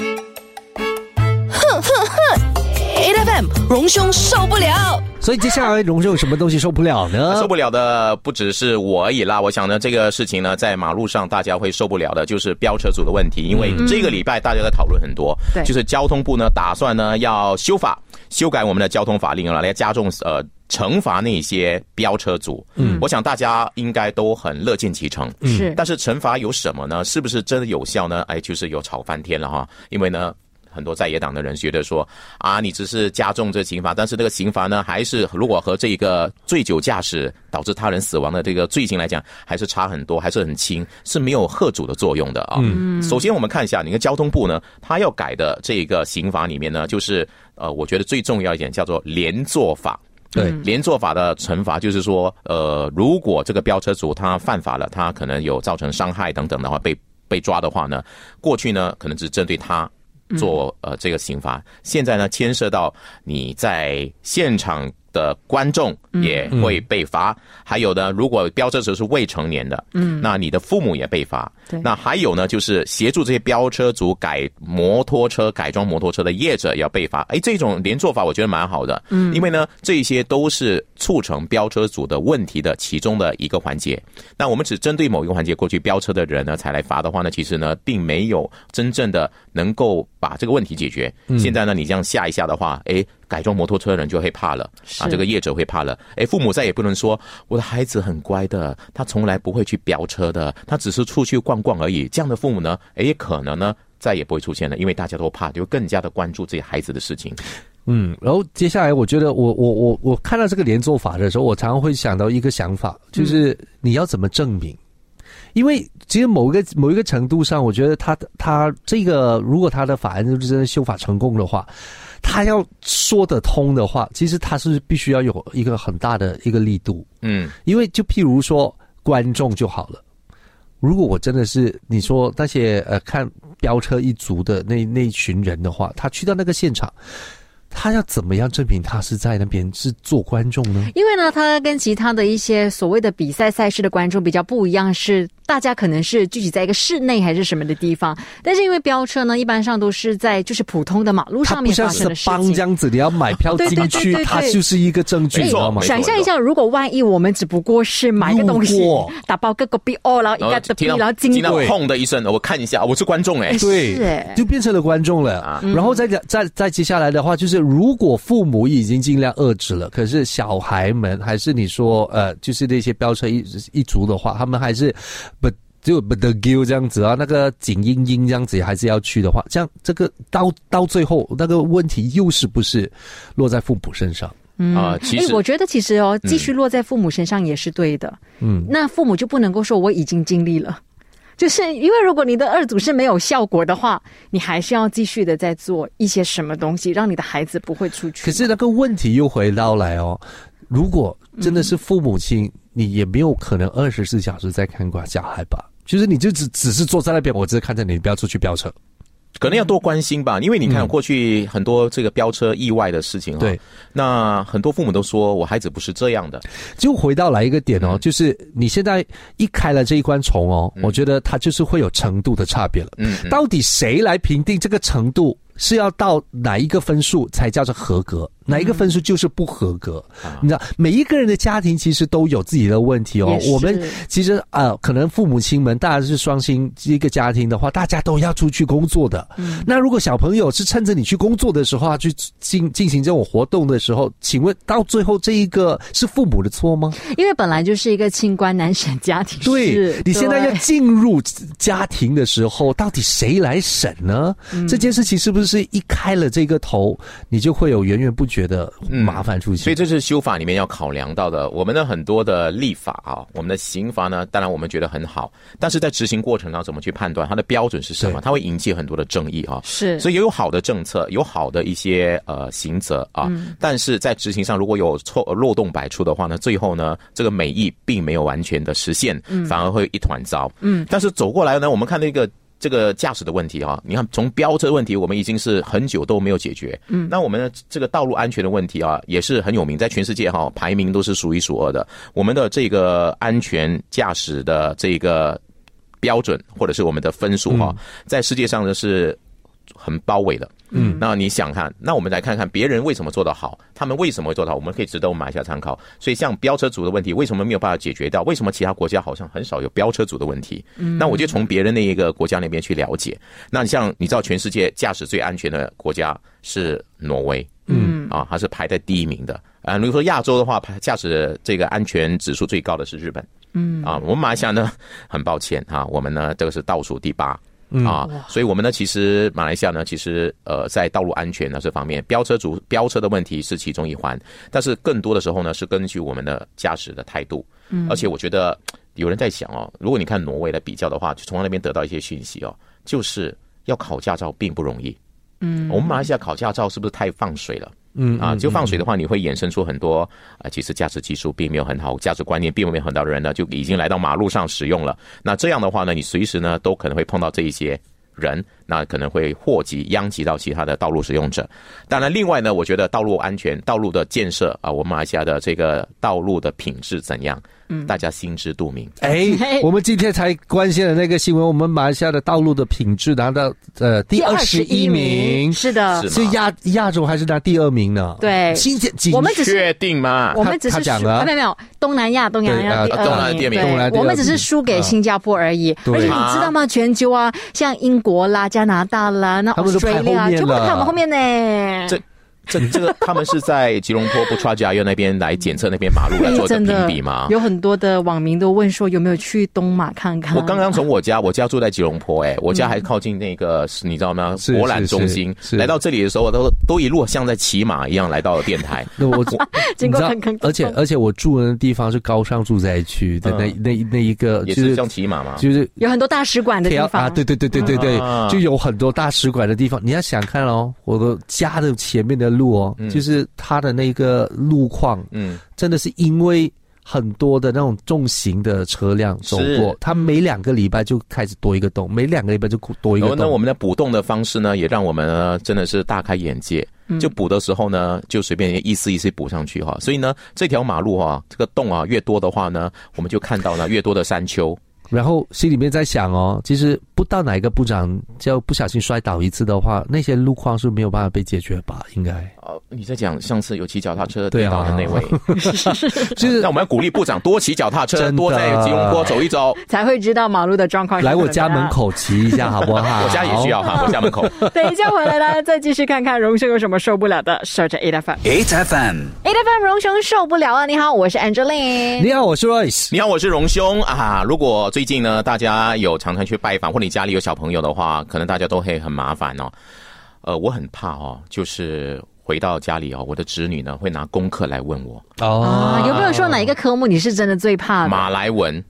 S1: ，A F M，荣兄受不了
S3: 所以接下来荣兄有什么东西 受不了呢
S4: 受？不了的不只是我而已啦，我想呢，这个事情呢，在马路上大家会受不了的，就是飙车族的问题，因为这个礼拜大家在讨论很多，
S2: 对
S4: 就是交通部呢打算呢要修法，修改我们的交通法令了，来加重呃。惩罚那些飙车族，嗯，我想大家应该都很乐见其成，
S2: 是
S4: 嗯但是惩罚有什么呢？是不是真的有效呢？哎，就是有吵翻天了哈，因为呢。很多在野党的人觉得说啊，你只是加重这刑罚，但是这个刑罚呢，还是如果和这个醉酒驾驶导致他人死亡的这个罪行来讲，还是差很多，还是很轻，是没有贺主的作用的啊。嗯，首先我们看一下，你看交通部呢，他要改的这个刑罚里面呢，就是呃，我觉得最重要一点叫做连坐法。
S3: 对，
S4: 连坐法的惩罚就是说，呃，如果这个飙车族他犯法了，他可能有造成伤害等等的话，被被抓的话呢，过去呢可能只针对他做呃这个刑罚，现在呢牵涉到你在现场的观众也会被罚，还有呢，如果飙车族是未成年的，嗯，那你的父母也被罚，
S2: 对
S4: 那还有呢，就是协助这些飙车族改摩托车、改装摩托车的业者也要被罚。哎，这种连坐法我觉得蛮好的，嗯，因为呢，这些都是促成飙车族的问题的其中的一个环节。那我们只针对某一个环节过去飙车的人呢，才来罚的话呢，其实呢，并没有真正的能够把这个问题解决。现在呢，你这样下一下的话，哎。改装摩托车的人就会怕了啊，
S2: 是
S4: 这个业者会怕了。哎，父母再也不能说我的孩子很乖的，他从来不会去飙车的，他只是出去逛逛而已。这样的父母呢，哎，也可能呢。再也不会出现了，因为大家都怕，就更加的关注自己孩子的事情。
S3: 嗯，然后接下来，我觉得我我我我看到这个连坐法的时候，我常常会想到一个想法，就是你要怎么证明？因为其实某一个某一个程度上，我觉得他他这个如果他的法案真的修法成功的话，他要说得通的话，其实他是必须要有一个很大的一个力度，
S4: 嗯，
S3: 因为就譬如说观众就好了。如果我真的是你说那些呃看飙车一族的那那一群人的话，他去到那个现场，他要怎么样证明他是在那边是做观众呢？
S2: 因为呢，它跟其他的一些所谓的比赛赛事的观众比较不一样，是大家可能是聚集在一个室内还是什么的地方，但是因为飙车呢，一般上都是在就是普通的马路
S3: 他
S2: 上
S3: 不
S2: 面
S3: 像
S2: 发生
S3: 是
S2: 的事
S3: 帮
S2: 情哦
S3: 这。样子，你要买票
S2: 对对
S3: 进去
S2: 对对，对
S3: 他就是一个证据，
S4: 没
S3: 你
S4: 错
S3: 知道吗
S4: 没？错
S2: 想象一下，如果万一我们只不过是买个东西
S3: 路过，
S2: 打包个个币哦，然后一
S4: 然后
S2: 个的币，
S4: 听
S2: 然
S4: 到
S2: 后经
S4: 听到
S2: 过，
S4: 轰的一声，我看一下，我是观众哎、
S2: 是
S3: 对
S2: 欸，
S3: 就变成了观众了
S4: 啊。
S3: 然后再讲，再再接下来的话，就是如果父母已经尽量遏制了，可是小孩们还是你说呃，就是那些飙车一一族的话，他们还是不。就不得 g 这样子啊，那个景英英这样子也还是要去的话，这样这个到到最后那个问题又是不是落在父母身上？
S4: 啊、其
S2: 哎，
S4: 实
S2: 我觉得其实哦，
S3: 嗯
S2: 继续落在父母身上也是对的。嗯，那父母就不能够说我已经尽力了，就是因为如果你的二组是没有效果的话，你还是要继续的在做一些什么东西，让你的孩子不会出去。
S3: 可是那个问题又回到来哦，如果真
S4: 嗯
S3: 的是父母亲，你也没有可能二十四小时在看管小孩吧？就是你就只只是坐在那边，我只是看着你，不要出去飙车。
S4: 可能要多关心吧，因为你看过去很多这个飙车意外的事情哈、
S3: 嗯对，
S4: 那很多父母都说我孩子不是这样的，
S3: 就回到来一个
S4: 嗯
S3: 点哦，就是你现在一开了这一关虫哦，我觉得它就是会有程度的差别了。
S4: 嗯，
S3: 到底谁来评定这个程度？是要到哪一个分数才叫做合格？哪一个分数
S4: 嗯
S3: 就是不合格？
S4: 啊
S3: 你知道，每一个人的家庭其实都有自己的问题哦
S2: 也。是
S3: 我们其实呃，可能父母亲们，大家是双薪一个家庭的话，大家都要出去工作的。那如果小朋友是趁着你去工作的时候啊去进进行这种活动的时候，请问到最后这一个是父母的错吗？
S2: 因为本来就是一个清官难审家庭
S3: 对
S2: 事，
S3: 你现在要
S2: 对
S3: 进入家庭的时候，到底谁来审呢？这件事情是不是一开了这个头，你就会有源源不绝的麻烦出
S4: 所
S3: 现？
S4: 以这是修法里面要考量到的。我们的很多的立法啊，我们的刑罚呢，当然我们觉得很好，但是在执行过程当中，怎么去判断它的标准是什
S3: 对
S4: 么？它会引起很多的争议啊。
S2: 是
S4: 所以也有好的政策，有好的一些呃刑责啊，但是在执行上如果有错呃漏洞百出的话呢，最后呢，这个美意并没有完全的实现，反而会一团糟。嗯，但是走过来呢，我们看那个。这个驾驶的问题啊，你看从飙车问题，我们已经是很久都没有解决。嗯，那我们的这个道路安全的问题啊，也是很有名，在全世界哈、排名都是数一数二的。我们的这个安全驾驶的这个标准或者是我们的分数哈、在世界上呢是很包围的。嗯，那你想看，那我们来看看别人为什么做得好，他们为什么会做得好，我们可以值得我们马来西亚参考。所以像飙车族的问题，为什么没有办法解决掉？为什么其他国家好像很少有飙车族的问题？嗯，那我就从别人那一个国家那边去了解。那你像你知道，全世界驾驶最安全的国家是挪威，嗯啊，它是排在第一名的。啊、如果说亚洲的话，排驾驶这个安全指数最高的是日本。嗯啊，我们马来西亚呢，很抱歉啊，我们呢这个是倒数第八。啊，所以我们呢，其实马来西亚呢，其实呃，在道路安全呢这方面，飙车族飙车的问题是其中一环，但是更多的时候呢，是根据我们的驾驶的态度。嗯，而且我觉得有人在想哦，如果你看挪威来比较的话，就从那边得到一些讯息哦，就是要考驾照并不容易。嗯，我们马来西亚考驾照是不是太放水了？嗯啊，就放水的话，你会衍生出很多啊、其实驾驶技术并没有很好，价值观念并没有很好的人呢，就已经来到马路上使用了。那这样的话呢，你随时呢都可能会碰到这一些人，那可能会祸及殃及到其他的道路使用者。当然，另外呢，我觉得道路安全、道路的建设啊，我们马来西亚的这个道路的品质怎样，嗯，大家心知肚明。
S3: 哎，我们今天才关心了那个新闻，我们马来西亚的道路的品质拿到呃第二十一名，
S2: 是的
S4: 是，吗
S3: 是亚亚洲还是拿第二名呢？
S2: 对
S3: 新建仅
S2: 我们只是
S4: 确定吗？
S2: 我们只
S3: 他
S2: 是
S3: 他讲
S2: 输
S3: 了
S2: 啊没有没有东南亚，东南亚
S3: 对
S2: 第
S3: 呃
S4: 东南亚
S2: 二
S4: 第
S2: 名，
S4: 二名
S3: 东南亚第
S2: 对，
S3: 二
S2: 我们只
S3: 名
S2: 是输给新加坡而已。
S3: 对
S2: 而且你知道吗？全球啊，像英国啦、加拿大啦、那
S3: 他们都排
S2: Australia 啊
S3: 后面
S2: 全部
S3: 了
S2: 排我们后面呢。
S4: 这这这个他们是在吉隆坡布查加约那边来检测那边马路来
S2: 哎
S4: 做一个
S2: 真
S4: 评
S2: 的
S4: 比吗？
S2: 有很多的网民都问说有没有去东马看看。
S4: 我刚刚从我家，我家住在吉隆坡、哎，我家还靠近那个，你知道吗？
S3: 是
S4: 博览中心
S3: 是是。是
S4: 来到这里的时候，我都都一路像在骑马一样来到了电台。
S3: 那我
S2: 经
S3: 你
S2: 过
S3: 知道
S2: 很坑
S3: 而且而且我住的地方是高尚住宅区的那、那那一个，
S4: 嗯也
S3: 就是是
S4: 像骑马吗？
S3: 就是
S2: 有很多大使馆的地
S3: 天
S2: 方
S3: 啊，对对对对对对，
S4: 啊
S3: 就有很多大使馆的地方，你要想看哦，我的家的前面的路哦，就是它的那个路况，
S4: 嗯，
S3: 真的是因为。很多的那种重型的车辆走过
S4: 是，
S3: 它每两个礼拜就开始多一个洞，每两个礼拜就多一
S4: 然
S3: 个
S4: 后
S3: 洞。
S4: 呢，我们的补洞的方式呢，也让我们呢真的是大开眼界。就补的时候呢，就随便一丝一丝补上去哈。所以呢，这条马路哈，这个洞啊越多的话呢，我们就看到呢越多的山丘。
S3: 然后心里面在想哦，其实不到哪一个部长就不小心摔倒一次的话，那些路况是没有办法被解决吧？应该
S4: 哦，你在讲上次有骑脚踏车
S3: 对
S4: 跌
S3: 啊
S4: 倒的那位，啊
S3: 就是
S4: 那我们要鼓励部长多骑脚踏车，
S3: 真的
S4: 多在吉隆坡走一走。
S2: 才会知道马路的状况。
S3: 来我家门。口骑一下好不好？
S4: 哎 我家也需要哈，我家门口。
S2: 等一下回来呢， 再继续看看荣兄有什么受不了的。守着 A F M，A
S5: 8FM.
S2: F M 荣兄受不了啊！你好，我是 Angeline。
S3: 你好，我是 Royce。
S4: 你好，我是荣兄啊。如果最近呢，大家有常常去拜访，或你家里有小朋友的话，可能大家都会很麻烦哦。呃，我很怕哦，就是回到家里哦，我的侄女呢会拿功课来问我
S3: 哦
S2: 啊，有没有说哪一个科目你是真的最怕的？
S4: 马来文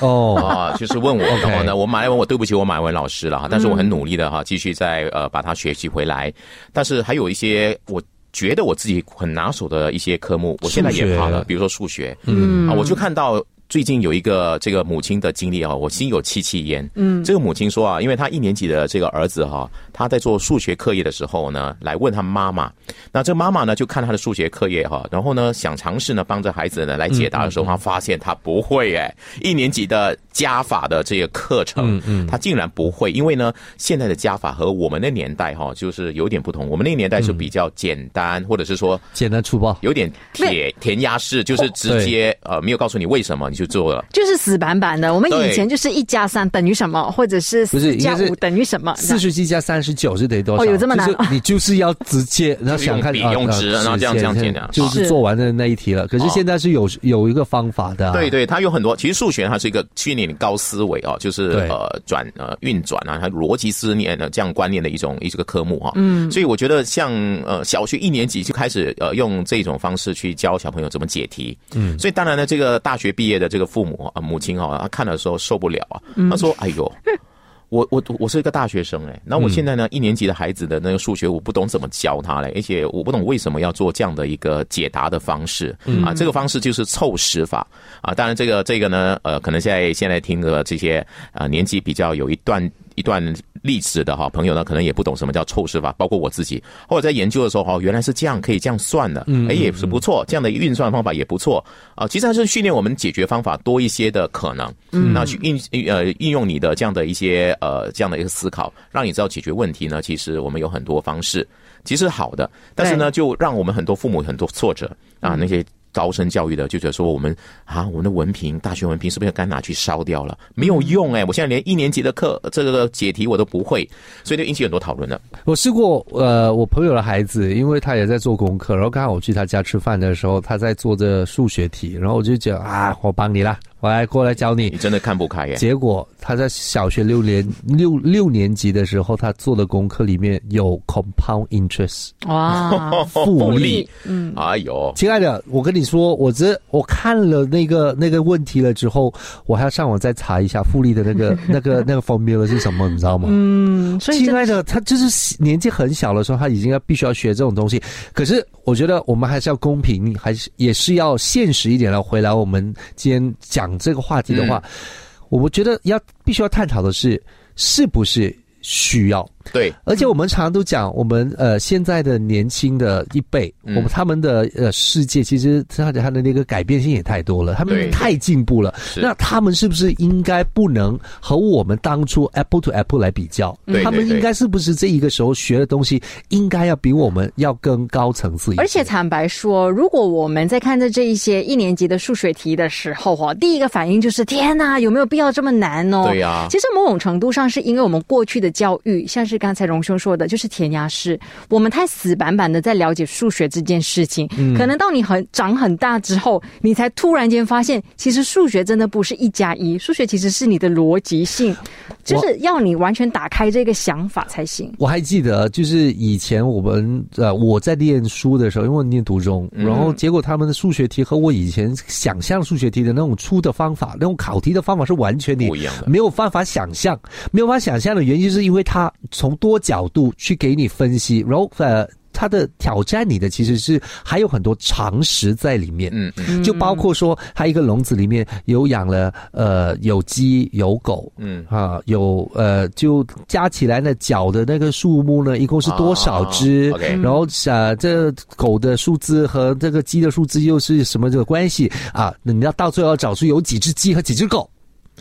S3: 哦，
S4: 啊，就是问我。然后呢，我马来文我对不起我马来文老师了哈，但
S3: 嗯
S4: 是我很努力的哈，继续在呃把它学习回来。但是还有一些我。觉得我自己很拿手的一些科目，我现在也怕
S3: 数
S4: 了
S3: 学，
S4: 比如说数学，
S2: 嗯
S4: 啊，我就看到最近有一个这个母亲的经历啊，我心有戚戚焉。嗯，这个母亲说啊，因为她一年级的这个儿子哈、他在做数学课业的时候呢，来问他妈妈，那这妈妈呢就看他的数学课业哈、然后呢想尝试呢帮着孩子呢来解答的时候，他发现他不会哎，一年级的加法的这个课程，嗯，他竟然不会，因为呢现在的加法和我们那年代哈、就是有点不同，我们那个年代就比较简单，或者是说
S3: 简单粗暴。
S4: 有点填填鸭式，就是直接呃没有告诉你为什么你就做了。
S2: 就是死板板的。我们
S4: 对
S2: 以前就是一加三等于什么，或者是
S3: 不是
S2: 四加
S3: 应该是
S2: 五等于什么。
S3: 四十七加三十九是得多少？
S2: 哦有这么难
S3: 就是你就是要直 接，然后想看啊
S4: 就是用笔用纸然后这样这样
S3: 简
S4: 这样
S3: 就是做完的那一题了。可是现在是有有一个方法的啊，
S4: 哦对对，它有很多，其实数学它是一个训练你高思维哦，就是
S3: 对
S4: 呃转呃运转啊，它逻辑思念的这样观念的一种一个科目哈、嗯，所以我觉得像呃小学一年级就开始呃用这种方式去教小朋友怎么解题。嗯，所以当然呢，这个大学毕业的这个父母啊、母亲哈、他看的时候受不了啊，
S3: 嗯
S4: 他说：“哎呦。”我我我是一个大学生哎、那我现在呢一年级的孩子的那个数学我不懂怎么教他嘞，而且我不懂为什么要做这样的一个解答的方式啊，这个方式就是凑十法啊。当然这个这个呢，呃，可能现在现在听的这些啊、呃年纪比较有一段一段历史的哈朋友呢，可能也不懂什么叫凑十法，包括我自己。后来在研究的时候哈、哦，原来是这样，可以这样算的，哎也是不错，这样的运算方法也不错啊。其实它是训练我们解决方法多一些的可能，
S3: 嗯
S4: 那去运呃运用你的这样的一些呃这样的一个思考，让你知道解决问题呢，其实我们有很多方式，其实好的，但是呢，就让我们很多父母很多挫折
S3: 嗯
S4: 啊，那些。高深教育的就觉得说我们啊，我们的文凭，大学文凭是不是该拿去烧掉了？没
S3: 嗯
S4: 有用哎、我现在连一年级的课这个解题我都不会，所以就引起很多讨论了。
S3: 我试过，呃，我朋友的孩子，因为他也在做功课，然后刚好我去他家吃饭的时候，他在做着数学题，然后我就觉得啊，我帮你啦，我来过来教你
S4: 你。真的看不开哎耶、
S3: 结果他在小学六年六六年级的时候，他做的功课里面有 compound interest，
S2: 哇，
S4: 哦
S3: 复利。
S4: 嗯，哎呦，
S3: 亲爱的，我跟你说，我这我看了那个那个问题了之后，我还要上网再查一下复利的那个那个那个 formula 是什么，你知道吗？
S2: 嗯，所以
S3: 亲
S2: 真
S3: 爱的，他就是年纪很小的时候，他已经要必须要学这种东西。可是我觉得我们还是要公平，还是也是要现实一点的。回来我们今天讲这个话题的话，我觉得要必须要探讨的是是不是需要。
S4: 对，
S3: 而且我们常常都讲，我们呃现在的年轻的一辈，我
S4: 嗯
S3: 们他们的呃世界其实他的他的那个改变性也太多了，他们
S4: 对
S3: 太进步了。
S4: 是
S3: 那他们是不是应该不能和我们当初 Apple to Apple 来比较？
S4: 对
S3: 他们
S4: 对对
S3: 应该是不是这一个时候学的东西，应该要比我们要更高层次一些？
S2: 而且坦白说，如果我们在看着这一些一年级的数学题的时候，哦，第一个反应就是天哪，有没有必要这么难哦？
S4: 对呀
S2: 其实某种程度上是因为我们过去的教育，像是刚才荣兄说的，就是填鸭式，我们太死板板的在了解数学这件事情，
S4: 嗯
S2: 可能到你很长很大之后，你才突然间发现，其实数学真的不是一加一，数学其实是你的逻辑性，就是要你完全打开这个想法才行。
S3: 我还记得，就是以前我们呃我在念书的时候，因为我念读中，
S4: 嗯
S3: 然后结果他们的数学题和我以前想象数学题的那种出的方法、那种考题的方法是完全你
S4: 不一样的
S3: 没有办法想象，没有办法想象的原因是因为它从多角度去给你分析，然后呃。它的挑战你的其实是还有很多常识在里面，
S4: 嗯嗯
S3: 就包括说，它一个笼子里面有养了呃有鸡有狗，
S4: 嗯，
S3: 啊，有呃，就加起来呢，脚的那个数目呢，一共是多少只？
S4: 啊？OK
S3: 然后啊，这狗的数字和这个鸡的数字又是什么的关系啊？你要到最后找出有几只鸡和几只狗，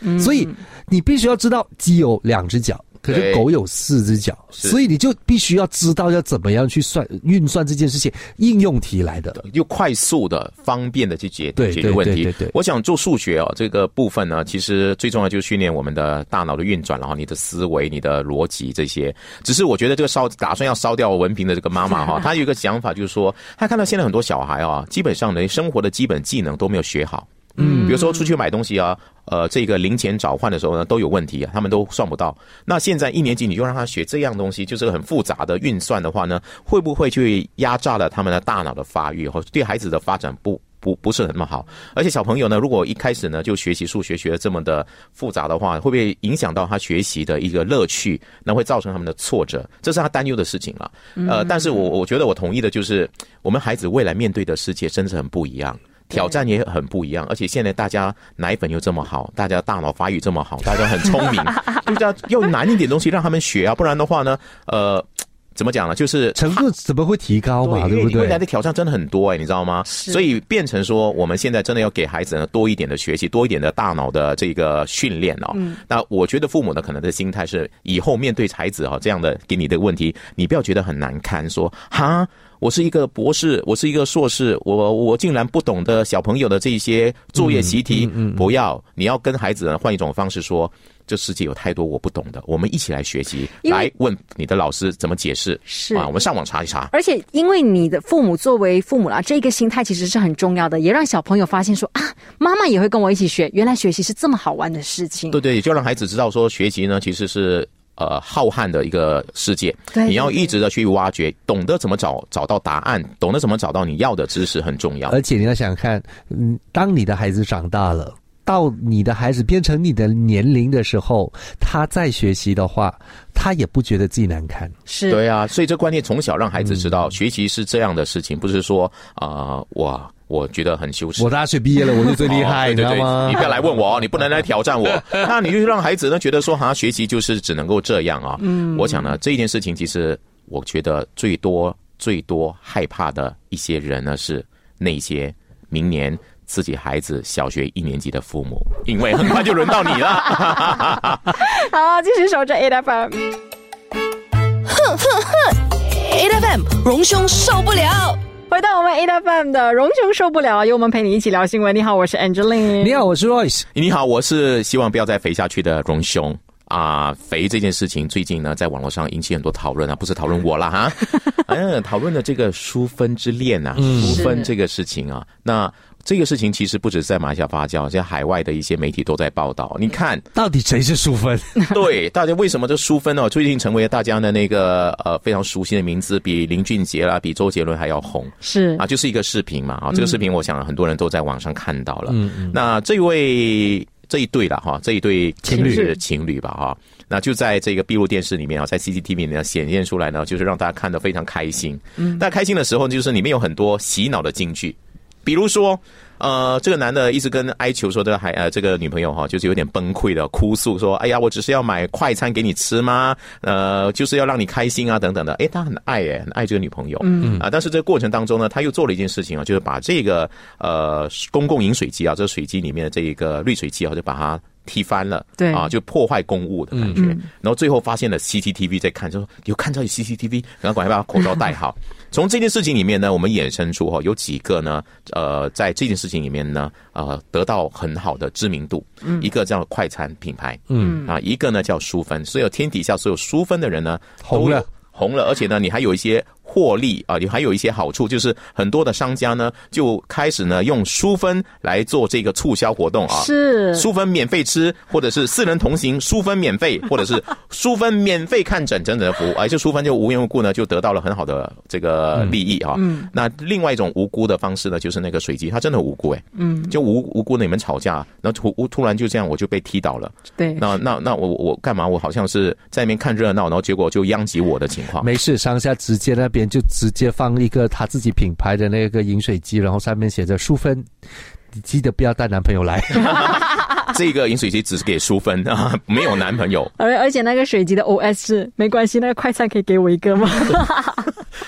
S4: 嗯
S3: 所以你必须要知道鸡有两只脚。可是
S4: 对
S3: 狗有四只脚，
S4: 是
S3: 所以你就必须要知道要怎么样去算运算这件事情，应用题来的。
S4: 又快速的、方便的去解
S3: 对
S4: 解决问
S3: 对
S4: 题
S3: 对对对。
S4: 我想做数学哦，这个部分呢，其实最重要就是训练我们的大脑的运转，然后你的思维、你的逻辑这些。只是我觉得这个烧打算要烧掉文凭的这个妈妈哈、 她有一个想法，就是说她看到现在很多小孩啊、基本上连生活的基本技能都没有学好。嗯，比如说出去买东西啊，呃，这个零钱找换的时候呢，都有问题啊，他们都算不到。那现在一年级你就让他学这样东西，就是很复杂的运算的话呢，会不会去压榨了他们的大脑的发育，或者对孩子的发展不？不不是那么好，而且小朋友呢，如果一开始呢就学习数学学的这么的复杂的话，会不会影响到他学习的一个乐趣？那会造成他们的挫折，这是他担忧的事情了。呃，但是我我觉得我同意的就是，我们孩子未来面对的世界真是很不一样。挑战也很不一样，而且现在大家奶粉又这么好，大家大脑发育这么好，大家很聪明，就是要要难一点东西让他们学啊，不然的话呢，呃，怎么讲呢？就是
S3: 程度怎么会提高嘛？
S4: 因
S3: 对
S4: 为
S3: 不
S4: 你未来
S3: 对？
S4: 的挑战真的很多哎、你知道吗？所以变成说，我们现在真的要给孩子呢多一点的学习，多一点的大脑的这个训练哦。
S2: 嗯
S4: 那我觉得父母呢，可能的心态是，以后面对孩子哦这样的给你的问题，你不要觉得很难堪，说哈。我是一个博士，我是一个硕士，我我竟然不懂得小朋友的这一些作业习
S3: 嗯
S4: 题，不要，你要跟孩子呢换一种方式说，这世界有太多我不懂的，我们一起来学习，
S2: 因为
S4: 来问你的老师怎么解释，
S2: 是
S4: 啊，我们上网查一查，
S2: 而且，因为你的父母作为父母啦，这个心态其实是很重要的，也让小朋友发现说啊，妈妈也会跟我一起学，原来学习是这么好玩的事情。
S4: 对对，就让孩子知道说，学习呢其实是呃浩瀚的一个世界，
S2: 对
S4: 你要一直的去挖掘，懂得怎么找找到答案，懂得怎么找到你要的知识很重要。
S2: 呃
S3: 而且你要想看，嗯，当你的孩子长大了，到你的孩子变成你的年龄的时候，他在学习的话，他也不觉得自己难堪。
S2: 是，嗯
S4: 对啊，所以这观念从小让孩子知道，学习是这样的事情，不是说啊、我我觉得很羞耻
S3: 我。大学毕业了，我就最厉 害，
S4: 哦对对
S3: 你知
S4: 对
S3: 道吗？
S4: 你不要来 问我哦，你不能来挑战我。那你就让孩子呢觉得说，好像学习就是只能够这样啊。嗯，我想呢，这一件事情其实我觉得最多最多害怕的一些人呢是那些明年。自己孩子小学一年级的父母，因为很快就轮到你了。
S2: 好，继续守着 A F M。
S1: A F M 荣兄受不了
S2: 回到我们 A F M 的荣兄受不了啊，有我们陪你一起聊新闻。你好，我是 Angeline。
S3: 你好，我是 Royce。
S4: 哎你好，我是希望不要再肥下去的荣兄啊、肥这件事情最近呢，在网络上引起很多讨论啊，不是讨论我啦哈，嗯，讨论的这个淑芬之恋啊，淑芬这个事情啊，那这个事情其实不止在马来西亚发酵，现在海外的一些媒体都在报道。你看，
S3: 到底谁是淑 芬？
S4: 对大家为什么这淑芬哦，最近成为大家的那个呃非常熟悉的名字，比林俊杰啦，比周杰伦还要红。
S2: 是
S4: 啊，就是一个视频嘛啊，这个视频我想很多人都在网上看到了。那这一位这一对了哈，这一对
S3: 情侣
S4: 是情侣吧哈，那就在这个闭路电视里面啊，在 CCTV 里面显现出来呢，就是让大家看得非常开心。嗯，那开心的时候就是里面有很多洗脑的金句，比如说。呃，这个男的一直跟哀求说，这个还呃，这个女朋友哈、就是有点崩溃的哭诉说，哎呀，我只是要买快餐给你吃吗？呃，就是要让你开心啊，等等的。哎，他很爱哎，很爱这个女朋友，嗯啊，但是这个过程当中呢，他又做了一件事情啊，就是把这个呃公共饮水机啊，这个水机里面的这一个滤水器啊，就把它踢翻了，
S2: 对
S4: 啊，就破坏公物的感觉。然后最后发现了 CCTV 在看，就说有看到有 CCTV，然后赶快把口罩戴好。从这件事情里面呢，我们衍生出哦，有几个呢，呃，在这件事情里面呢，呃，得到很好的知名度。
S3: 嗯
S4: 一个叫快餐品牌，嗯啊，一个呢叫淑芬，所有天底下所有淑芬的人呢，
S3: 红了
S4: 都红了，而且呢，你还有一些获利啊，你还有一些好处，就是很多的商家呢就开始呢用淑芬来做这个促销活动啊。
S2: 是
S4: 淑芬免费吃，或者是四人同行，淑芬免费，或者是淑芬免费看诊等等的服务，而且淑芬就无缘无故呢就得到了很好的这个利益啊。嗯，那另外一种无辜的方式呢，就是那个水机，他真的无辜哎、嗯，就无无辜的你们吵架，然后突突然就这样我就被踢倒了，
S2: 对，
S4: 那那那我我干嘛？我好像是在那边看热闹，然后结果就殃及我的情况。
S3: 没事，商家直接那边就直接放一个他自己品牌的那个饮水机，然后上面写着淑芬。你记得不要带男朋友来，
S4: 这个饮水机只是给淑芬啊，没有男朋友。
S2: 而而且那个水机的 OS 是没关系，那个快餐可以给我一个吗？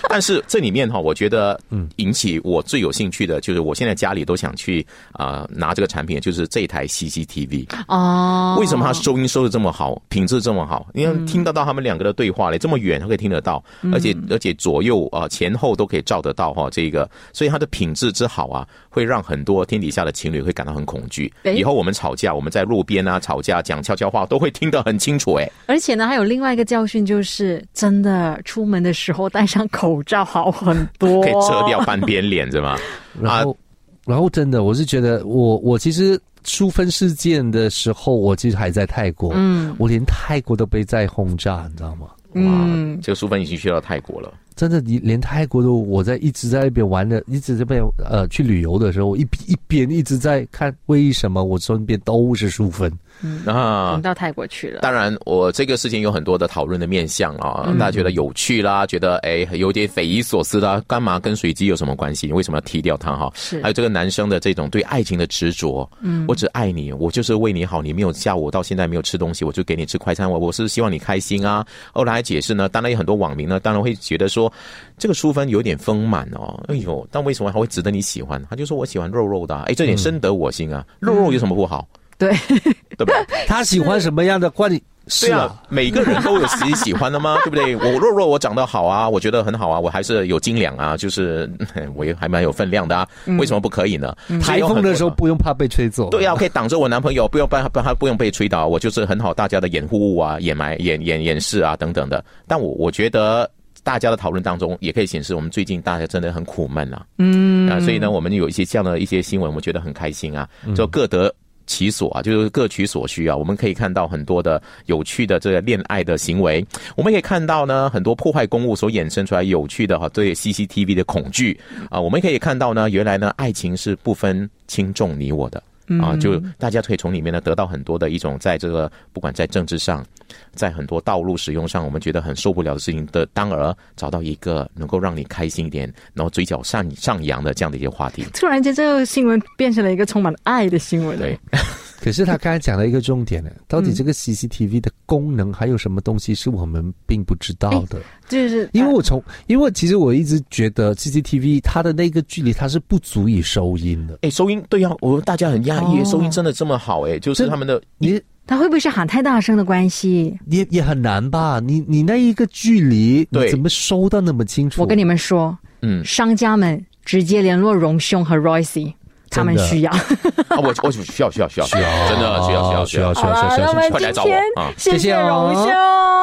S4: 但是这里面哈，我觉得引起我最有兴趣的就是，我现在家里都想去啊、呃拿这个产品，就是这台 CCTV。
S2: 哦，
S4: 为什么它收音收的这么好，品质这么好？你看听得到他们两个的对话嘞，这么远都可以听得到，
S2: 嗯
S4: 而且而且左右啊、呃前后都可以照得到哈、这个所以它的品质之好啊，会让很多天底下的情侣会感到很恐惧。
S2: 诶
S4: 以后我们吵架，我们在路边啊吵架讲悄悄话，都会听得很清楚哎、
S2: 而且呢，还有另外一个教训，就是真的出门的时候戴上口罩好很多，
S4: 可以遮掉半边脸是吗？
S3: 然后，然后真的，我是觉得我我其实淑芬事件的时候，我其实还在泰国，嗯，我连泰国都被在轰炸，你知道吗？
S4: 嗯，这个淑芬已经去到泰国了。
S3: 真的，你连泰国都我在一直在那边玩的，一直这边呃去旅游的时候，我一一边一直在看为什么我身边都是淑芬，
S4: 啊
S2: 嗯我们，到泰国去了。
S4: 当然，我这个事情有很多的讨论的面向啊，大家觉得有趣啦，觉得哎有点匪夷所思啦，干嘛跟水机有什么关系？为什么要踢掉他哈？
S2: 是
S4: 还有这个男生的这种对爱情的执着，嗯，我只爱你，我就是为你好，你没有下午到现在没有吃东西，我就给你吃快餐，我我是希望你开心啊。后来解释呢，当然有很多网民呢，当然会觉得说这个淑芬有点丰满哦，哎呦，但为什么还会值得你喜欢？他就说我喜欢肉肉的啊、哎，这点深得我心啊，肉肉有什么不好？
S2: 对，
S4: 对吧？
S3: 他喜欢什么样的关你
S4: 对
S3: 哎是
S4: 啊，，每个人都有自己喜欢 的吗？对不对？我若若我长得好啊，我觉得很好啊，我还是有斤两啊，就是 我也还蛮有分量的啊，为什么不可以呢？还
S3: 嗯台
S4: 有很
S3: 风
S4: 多
S3: 的时候。不用怕被吹走，
S4: 对啊，我可以挡着我男朋友，不 用被他他不用被吹倒，我就是很好大家的掩护物啊、掩埋、掩掩掩饰啊等等的。但我我觉得大家的讨论当中，也可以显示我们最近大家真的很苦闷啊。嗯啊，所以呢，我们有一些这样的一些新闻，我们觉得很开心啊，就各得。其所啊，就是各取所需啊。我们可以看到很多的有趣的这个恋爱的行为，我们可以看到呢很多破坏公物所衍生出来有趣的哈、对 CCTV 的恐惧啊。我们可以看到呢，原来呢爱情是不分轻重你我的
S2: 嗯
S4: 啊，就大家可以从里面呢得到很多的一种在这个不管在政治上，在很多道路使用上，我们觉得很受不了的事情的，当而找到一个能够让你开心一点，然后嘴角上上扬的这样的一些话题。
S2: 突然间这个新闻变成了一个充满爱的新闻。
S4: 对，
S3: 可是他刚才讲了一个重点呢，到底这个 CCTV 的功能还有什么东西是我们并不知道的？
S2: 就是
S3: 因为我从，因为其实我一直觉得 CCTV 它的那个距离它是不足以收音的。
S4: 哎，收音对呀、我大家很压抑，
S2: 哦
S4: 收音真的这么好哎，就是
S3: 这
S4: 他们的
S3: 你
S2: 他会不会是喊太大声的关系？
S3: 也也很难吧？你你那一个距离，
S4: 对
S3: 你怎么收到那么清楚？
S2: 我跟你们说，
S4: 嗯
S2: 商家们直接联络荣兄和 Royce，他们
S3: 真的
S2: 需要。
S4: 啊，我我需要需要需要需要，真的需要需要需要，
S3: 需要需要需要需要
S4: 快来找我啊！
S2: 谢
S3: 谢
S2: 谢
S3: 哦
S2: 荣兄，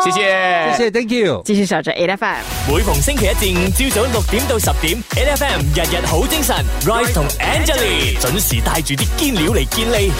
S4: 谢谢，
S3: 谢谢，Thank you。
S2: 继续守着 A F M。
S5: 每逢星期一至五朝早六點到十點 n F M 日日好精神，Rise 同 Angelie 準時帶住啲堅料嚟健利。